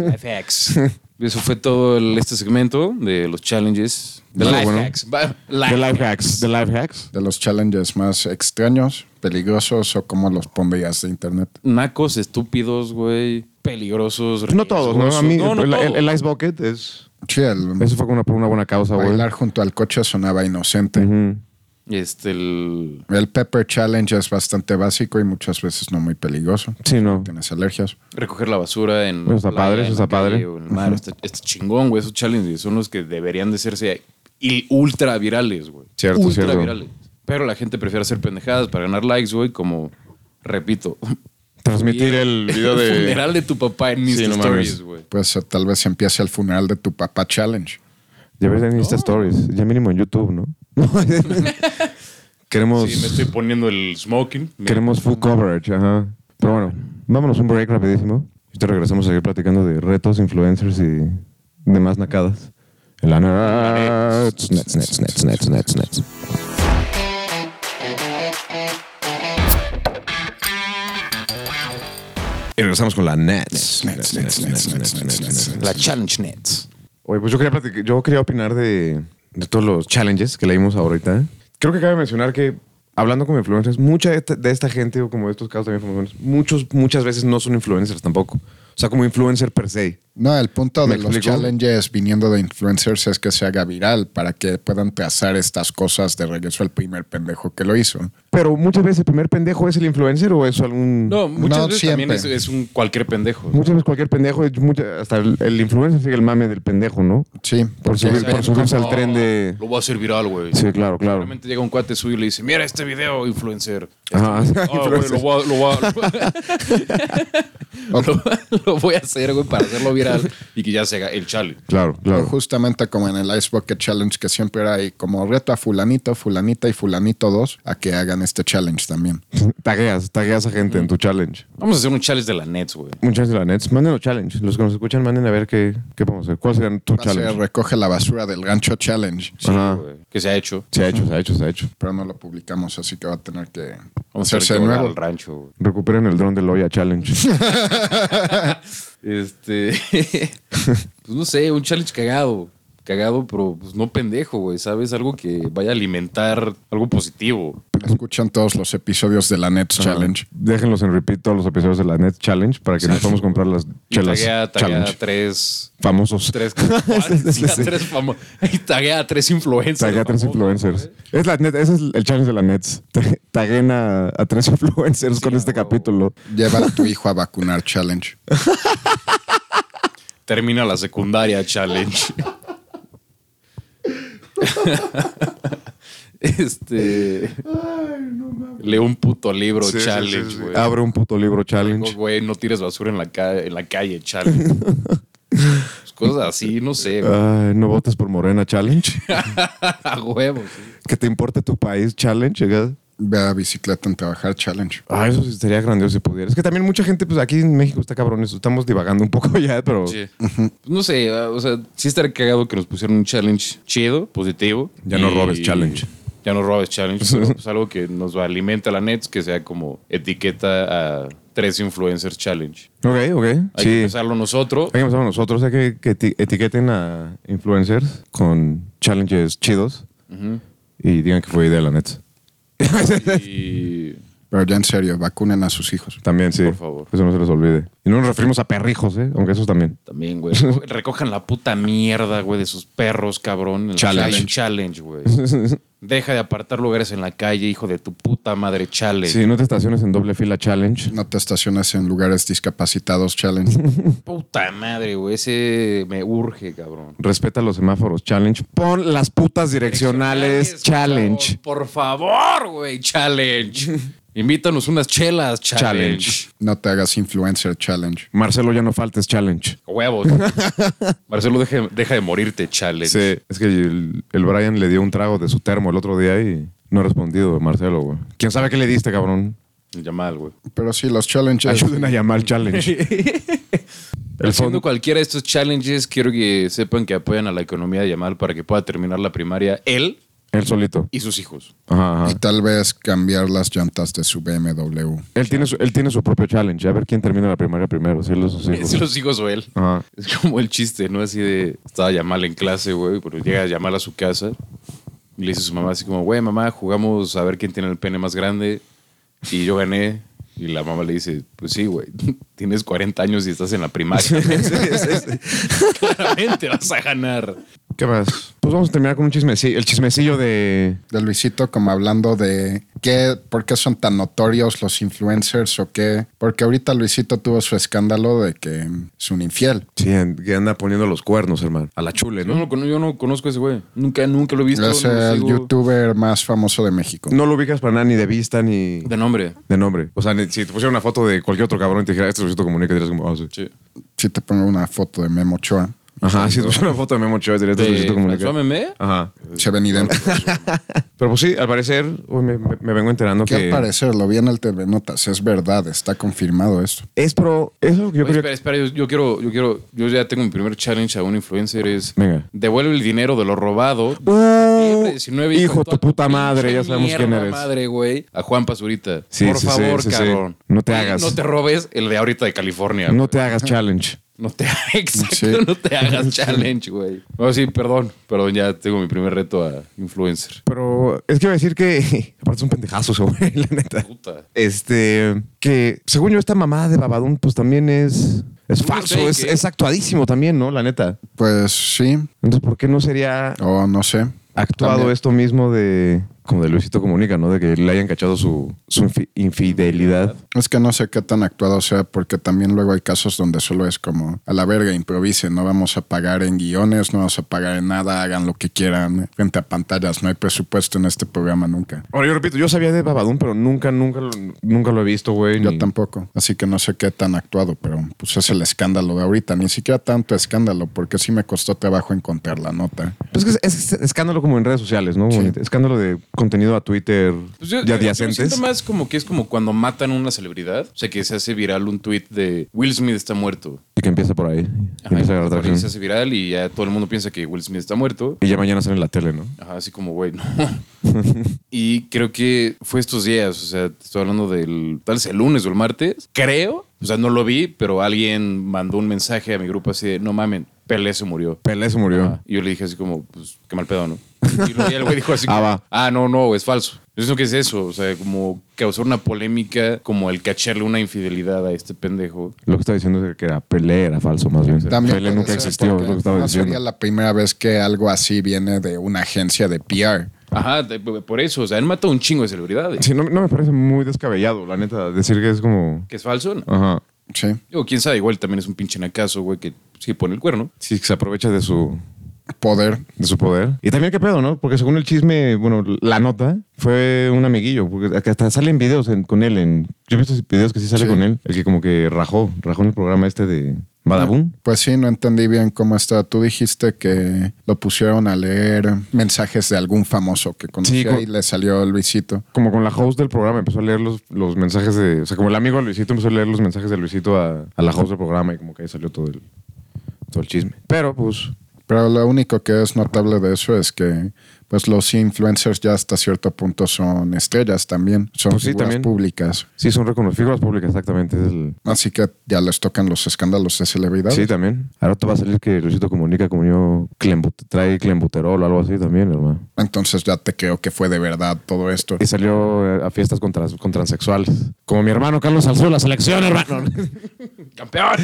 FX. Eso fue todo el- este segmento de los challenges. De Muy life bueno. hacks. Va- De life life hacks. De life hacks. De los challenges más extraños, peligrosos o cómo los pondrías de internet. Nacos estúpidos, güey. Peligrosos. No todos, ¿no? A riesgosos. mí no, no el, el- todos. el ice bucket es... Sí, el Eso fue con una, por una buena causa, güey. bailar junto al coche sonaba inocente. Ujú. Este, el... El pepper challenge es bastante básico y muchas veces no muy peligroso. Sí, no. Tienes alergias. Recoger la basura en. Eso está la playa, padre, en eso la está padre. calle o en el mar. Está, está chingón, güey. Esos challenges son los que deberían de serse y ultra virales, güey. Cierto, ultra cierto. virales. Pero la gente prefiere hacer pendejadas para ganar likes, güey, como, <laughs> repito, Transmitir el <laughs> video de... funeral de tu papá en Insta no mames. Stories, güey. Pues eh, tal vez empiece el funeral de tu papá challenge. Ya ves en Insta Stories. Ya mínimo en YouTube, ¿no? <laughs> queremos... Sí, me estoy poniendo el smoking. Me- Queremos full coverage, ajá. Pero bueno, vámonos un break rapidísimo. Y te regresamos a seguir platicando de retos, influencers y demás nacadas. En la Nets, Nets, Nets, Nets, Nets, Nets, Nets. Y regresamos con la Nets. Nets, Nets, Nets, Nets, Nets, Nets. La Challenge Nets. Oye, pues yo quería, platicar- yo quería opinar de, de todos los challenges que leímos ahorita. Creo que cabe mencionar que, hablando con influencers, mucha de esta, de esta gente, o como de estos casos también famosos, muchos, muchas veces no son influencers tampoco. O sea, como influencer per se. No, el punto ¿Me de los explico? challenges viniendo de influencers es que se haga viral para que puedan trazar estas cosas de regreso al primer pendejo que lo hizo. Pero muchas veces el primer pendejo es el influencer o es algún... No, muchas No veces también siempre. es, es un cualquier pendejo. Muchas veces cualquier pendejo, es mucha- hasta el, el influencer sigue el mame del pendejo, ¿no? Sí, Por porque- O subir- sea, por es subirse como, al tren de... Lo voy a hacer viral, güey. Sí, claro, claro. Realmente llega un cuate suyo y le dice, mira este video, <laughs> influencer. Ajá. Oh, güey, lo voy a, lo voy a- <laughs> lo- lo voy a <laughs> hacer, güey, para hacerlo viral y que ya se haga el challenge. Claro, Pero claro. Justamente como en el Ice Bucket Challenge, que siempre era ahí como reto a fulanito, fulanita y fulanito 2 a que hagan este challenge también. Tagueas, tagueas a gente en tu challenge. Vamos a hacer un challenge de la Nets, güey. Muchas gracias, la Nets. Manden los challenge. Los que nos escuchan, manden a ver qué, qué podemos hacer. ¿Cuál será tu Va a ser challenge? recoge la basura del gancho challenge, Sí, Ajá. güey, Que se ha hecho. Se ha hecho, se ha hecho, se ha hecho. pero no lo publicamos, así que va a tener que Vamos a hacerse hacer de nuevo. al rancho, güey. Recuperen el dron de Loya Challenge. <laughs> Este. <laughs> pues no sé, un challenge cagado. Cagado, pero pues, no pendejo, güey. ¿Sabes? Algo que vaya a alimentar algo positivo. Escuchan todos los episodios de la Nets <laughs> Challenge. Déjenlos en repeat todos los episodios de la Net Challenge para que nos podamos comprar las Y chelas taguea, taguea Challenge. a tres. Famosos. <laughs> Tres. Sí, sí, sí, a sí. tres famo- y taguea a tres influencers. Taguea a tres famosos, influencers. güey. Es la net, ese es el challenge de la Nets. Taguen a, a tres <laughs> influencers con este huevo. capítulo. Lleva a tu hijo a vacunar challenge. Termina la <laughs> secundaria challenge. este. Lee un puto libro challenge, güey. Abre un puto libro No, challenge. güey, no tires basura en la, ca- en la calle, <laughs> challenge. Pues cosas así, no sé, <laughs> güey. Ay, no votes por Morena Challenge. <laughs> a huevo. sí. que te importe tu país Challenge. ¿eh? Ve a bicicleta en trabajar challenge. Ah, eso sí sería grandioso si pudiera. Es que también mucha gente, pues aquí en México está cabrón eso. Estamos divagando un poco <laughs> ya, pero No sé, ah, o sea, sí estaría cagado que nos pusieran un challenge chido, positivo. Ya no robes challenge. Ya no <laughs> robes challenge, pero pues algo que nos alimenta la net, que sea como etiqueta a tres influencers challenge. Ok, ok. Hay sí. que empezarlo nosotros. Hay que empezar nosotros. Hay que, que eti- etiqueten a influencers con challenges chidos y digan que fue idea de la net. Y Pero ya en serio, vacunen a sus hijos. También, sí. Por favor. Eso no se les olvide. Y no nos referimos a perrijos, ¿eh? Aunque esos también. también, güey. Recojan la puta mierda, güey, de sus perros, cabrón. El Challenge. Challenge, <laughs> güey. Deja de apartar lugares en la calle, hijo de tu puta madre, chale. Sí, no te estaciones en doble fila challenge. No te estaciones en lugares discapacitados challenge. Puta madre, güey. Ese me urge, cabrón. Respeta los semáforos challenge. Pon las putas direccionales challenge. Por favor, <laughs> güey, challenge. Invítanos unas chelas, challenge. Challenge. No te hagas influencer challenge. Marcelo, ya no faltes challenge. <laughs> Huevos. Marcelo, deja, deja de morirte, challenge. Sí, es que el, el Brian le dio un trago de su termo el otro día y no ha respondido, Marcelo, güey. ¿Quién sabe qué le diste, cabrón? Yamal, güey. Pero sí, los challenges. Ayuden a llamar al <laughs> challenge. El Haciendo fondo. cualquiera de estos challenges, quiero que sepan que apoyan a la economía de Yamal para que pueda terminar la primaria él Él solito. y sus hijos. Ajá, Y ajá. tal vez cambiar las llantas de su BMW. Él tiene, su, él tiene su propio challenge. A ver quién termina la primaria primero. Si él o sus hijos. Si <laughs> los hijos o él. Ajá. Es como el chiste, ¿no? Así de, estaba Yamal en clase, güey, pero llega Yamal a su casa y le dice a su mamá así como, güey, mamá, jugamos a ver quién tiene el pene más grande y yo gané. Y la mamá le dice, pues sí, güey, <laughs> tienes 40 años y estás en la <laughs> primaria. Claramente vas a ganar. ¿Qué más? Pues vamos a terminar con un chismecillo. El chismecillo de. de Luisito como hablando de qué, por qué son tan notorios los influencers o qué. Porque ahorita Luisito tuvo su escándalo de que es un infiel. Sí, en- que anda poniendo los cuernos, hermano. A la chule, No, no, con- yo no conozco a ese güey. Nunca, nunca lo he visto. Es no lo el sigo youtuber más famoso de México. No lo ubicas para nada ni de vista ni De nombre. de nombre. O sea, ni- si te pusiera una foto de cualquier otro cabrón y te dijera, este Luisito Comunica, dirías como, ah, sí. Sí. Si te pongo una foto de Memo Ochoa, Ajá, <laughs> si te pusiera Ah, una foto de Memo Chávez, dirías, este es De Luisito François Comunica. Memé. Ajá. se ven idénticos. Pero pues sí, al parecer, hoy me, me- me vengo enterando ¿Qué que... al parecer? Lo vi en el TV Notas. Es verdad, está confirmado esto. Es pro... Eso es lo que yo Oye, quería... espera, espera, yo, yo quiero, yo quiero, yo ya tengo mi primer challenge a un influencer es Venga. devuelve el dinero de lo robado. Uh, Septiembre 19 hijo de con tu toda puta madre, ya pinche sabemos quién mierda eres. Madre, güey, a Juan Pazurita. Sí, Por sí, sí, favor, sí, sí. cabrón. No te Güey, hagas. No te robes el de ahorita de California. No güey. te hagas challenge. No te, exacto, Sí. no te hagas challenge, güey. No, sí, perdón, perdón, ya tengo mi primer reto a influencer. Pero es que iba a decir que... <laughs> Aparte es un pendejazo, ese güey, la neta. Puta. Este... Que según yo esta mamada de Babadún pues también es... Es Un fake, falso, es, ¿eh? es actuadísimo también, ¿no? La neta. Pues sí, Entonces, ¿por qué no sería o no sé. actuado También. esto mismo de como de Luisito Comunica, ¿no? De que le hayan cachado su, su infi- infidelidad. Es que no sé qué tan actuado sea, porque también luego hay casos donde solo es como a la verga, improvise, no vamos a pagar en guiones, no vamos a pagar en nada, hagan lo que quieran frente a pantallas, no hay presupuesto en este programa nunca. Ahora yo repito, yo sabía de Babadún, pero nunca, nunca, lo- nunca lo he visto, güey. Yo ni- tampoco, así que no sé qué tan actuado, pero pues es el escándalo de ahorita, ni siquiera tanto escándalo, porque sí me costó trabajo encontrar la nota. Pues es, que es- es escándalo como en redes sociales, ¿no? Sí. Bonito. Escándalo de contenido a Twitter Pues yo- de yo adyacentes. siento más como que es como cuando matan a una celebridad, o sea, que se hace viral un tweet de Will Smith está muerto. Y que empieza por ahí. y Ajá, empieza a agarrar por ahí se tracción. hace viral y ya todo el mundo piensa que Will Smith está muerto. Y ya mañana sale en la tele, ¿no? Ajá, así como, <laughs> güey, no. y creo que fue estos días, o sea, te estoy hablando del tal vez el lunes o el martes, creo, o sea, no lo vi, pero alguien mandó un mensaje a mi grupo así de, no mamen, Pelé se murió. Pelé se murió. Ajá. Y yo le dije así como, pues, qué mal pedo, ¿no? Y luego ya el güey dijo así <laughs> Ah, como, va. ah, no, no, es falso. Yo siento que es eso, o sea, como causar una polémica, como el cacharle una infidelidad a este pendejo. Lo que está diciendo es que era Pelé, era falso, más bien. También Pelé puede nunca ser, existió, es porque lo que estaba no diciendo. sería la primera vez que algo así viene de una agencia de PR. Ajá, de- por eso, o sea, él mató un chingo de celebridades. Sí, no, no me parece muy descabellado, la neta. Decir que es como. ¿Que es falso? No. Ajá. Sí, Digo, quién sabe, igual también es un pinche nacazo, güey, que sí pone el cuerno. Sí, que se aprovecha de su, poder. de su poder. Y también qué pedo, ¿no? Porque según el chisme, bueno, la nota fue un amiguillo, porque acá hasta salen videos en- con él. En, yo he visto videos que sí sale Sí. con él, el que como que rajó, rajó en el programa este de Badabun. Pues sí, no entendí bien cómo está. Tú dijiste que lo pusieron a leer mensajes de algún famoso que conocía Sí, con- y le salió Luisito. Como con la host del programa empezó a leer los, los mensajes de... O sea, como el amigo de Luisito empezó a leer los mensajes de Luisito a, a la host del programa y como que ahí salió todo el, todo el chisme. Pero pues... Pero lo único que es notable de eso es que pues los influencers ya hasta cierto punto son estrellas también, son Pues sí, figuras también. públicas. Sí, son reconocidos. Figuras públicas, exactamente. es el- Así que ya les tocan los escándalos de celebridad. Sí, también. Ahora te va a salir que Luisito comunica como yo trae clembuterol o algo así también, hermano. Entonces ya te creo que fue de verdad todo esto. Y salió eh, a fiestas con, trans- con transexuales. Como mi hermano Carlos alzó la selección, <laughs> hermano. ¡Campeón!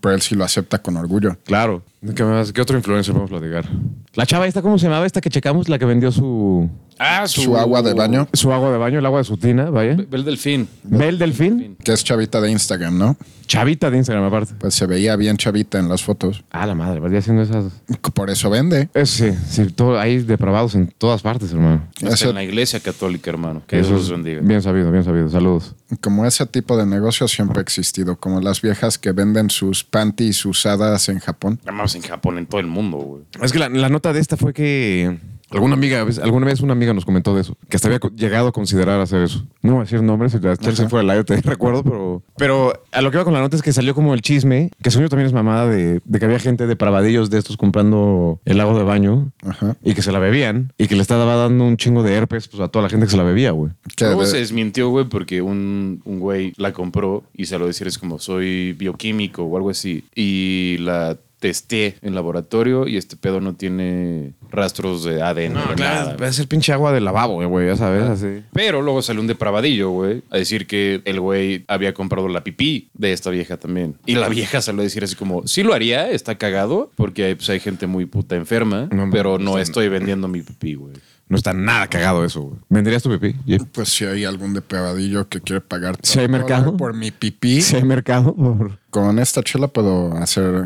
Pero él sí lo acepta con orgullo. claro. ¿Qué, más? ¿Qué otro influencer podemos platicar? La chava esta, ¿cómo se llamaba esta que checamos? La que vendió su, Ah, su, Su agua de baño, su agua de baño, el agua de su tina, vaya. Ve el delfín. Bel Delfín. que es chavita de Instagram, ¿no? Chavita de Instagram, aparte. Pues se veía bien chavita en las fotos. Ah, la madre, ¿verdad? Haciendo esas... Por eso vende. Eso sí, sí todo, hay depravados en todas partes, hermano. Hasta Ese- en la iglesia católica, hermano. Que Dios los bendiga. Bien sabido, bien sabido. Saludos. Como ese tipo de negocio siempre ha existido, como las viejas que venden sus panties usadas en Japón. Nada más en Japón, en todo el mundo, güey. Es que la, la nota de esta fue que. Alguna amiga, ¿ves? alguna vez una amiga nos comentó de eso, que hasta había co- llegado a considerar hacer eso. No voy a decir nombres, si la chance fuera al aire <laughs> te recuerdo, pero... Pero a lo que iba con la nota es que salió como el chisme, que según yo también es mamada de, de que había gente de pravadillos de estos comprando el agua de baño Ajá. y que se la bebían y que le estaba dando un chingo de herpes pues, a toda la gente que se la bebía, güey. Que Luego de- se desmintió, güey, porque un, un güey la compró y se lo decir es como soy bioquímico o algo así. Y la testé en laboratorio y este pedo no tiene rastros de ADN. No, nada. es el pinche agua de lavabo, eh, güey, ya sabes, así. Pero luego salió un depravadillo, güey, a decir que el güey había comprado la pipí de esta vieja también. Y la vieja salió a decir así como, sí lo haría, está cagado, porque hay, pues, hay gente muy puta enferma, No, pero no estoy vendiendo mi pipí, güey. No está nada cagado eso, güey. ¿Vendrías tu pipí? Jeff? <laughs> Pues si hay algún depravadillo que quiere pagar Si hay mercado. por mi pipí, Si hay mercado por... con esta chela puedo <laughs> hacer...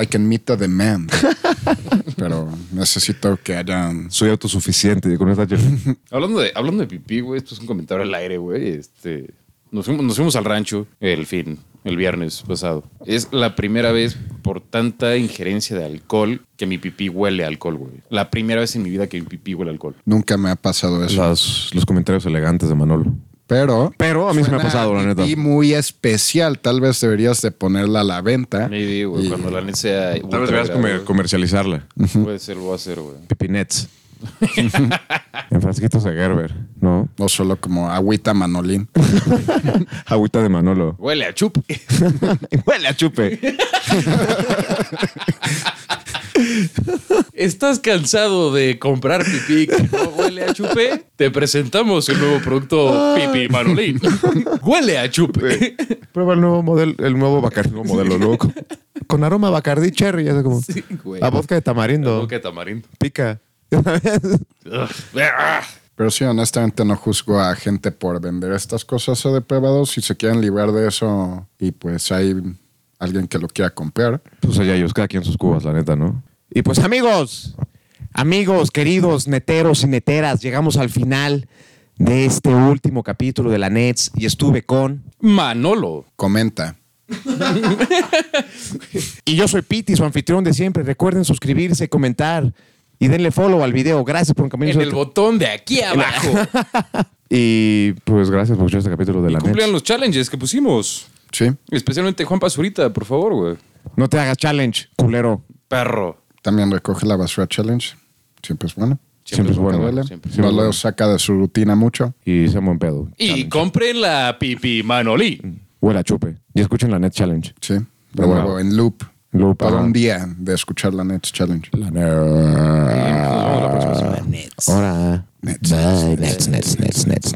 I can meet the demand. Pero necesito que hayan... Soy autosuficiente y con esta chela. Hablando de, hablando de pipí, güey, esto es un comentario al aire, güey. Este, nos, fuimos, nos fuimos al rancho el fin, el viernes pasado. Es la primera vez por tanta injerencia de alcohol que mi pipí huele a alcohol, güey. La primera vez en mi vida que mi pipí huele a alcohol. Nunca me ha pasado eso. Las- los comentarios elegantes de Manolo. Pero... Pero a mí se me ha pasado, la neta. Y muy especial. Tal vez deberías de ponerla a la venta. Maybe, güey, Y- cuando la neta sea... Tal vez deberías comer- comercializarla. Puede ser, lo voy a hacer, güey. <laughs> Pipinets. en frasquitos de Gerber, ¿no? O solo como agüita manolín. Agüita de Manolo. Huele a chup. Huele a chupe. <laughs> ¿Estás cansado de comprar pipí que no huele a chupe? Te presentamos el nuevo producto Pipi <laughs> Manolín. Huele a chupe. Prueba el nuevo modelo, el nuevo Bacardi, nuevo modelo loco. Con aroma a Bacardi Cherry, ya sé como. Sí, güey. a vodka de tamarindo. Boca de tamarindo. Pica. <laughs> Ugh. Ah. Pero sí, honestamente no juzgo a gente por vender estas cosas a depravados. Si se quieren librar de eso y pues hay alguien que lo quiera comprar. pues allá ellos, cada quien sus cubas, la neta, ¿no? Y pues amigos, amigos, queridos neteros y neteras, llegamos al final de este último capítulo de la Nets y estuve con... Manolo. Comenta. Y yo soy Piti, su anfitrión de siempre. Recuerden suscribirse, comentar y denle follow al video. Gracias por En el encaminarse. botón de aquí abajo. Y pues gracias por escuchar este capítulo de la Cumplían Nets. los challenges que pusimos. Sí, Especialmente Juan Pazurita, por favor, güey. No te hagas challenge, culero. Perro. también recoge la basura challenge. Siempre es bueno. Siempre es bueno. No duele. siempre. no lo saca de su rutina mucho. Y sean buen pedo. Y compren la Pipi Manolín. Huele a chupe. Y escuchen la Net Challenge. Sí, de Wow. nuevo, en loop. Loop, Todo ajá. un día de escuchar la Nets Challenge. La Net. Nos vemos la próxima semana. Ahora. Bye, Nets, Nets, Nets, Nets, Nets.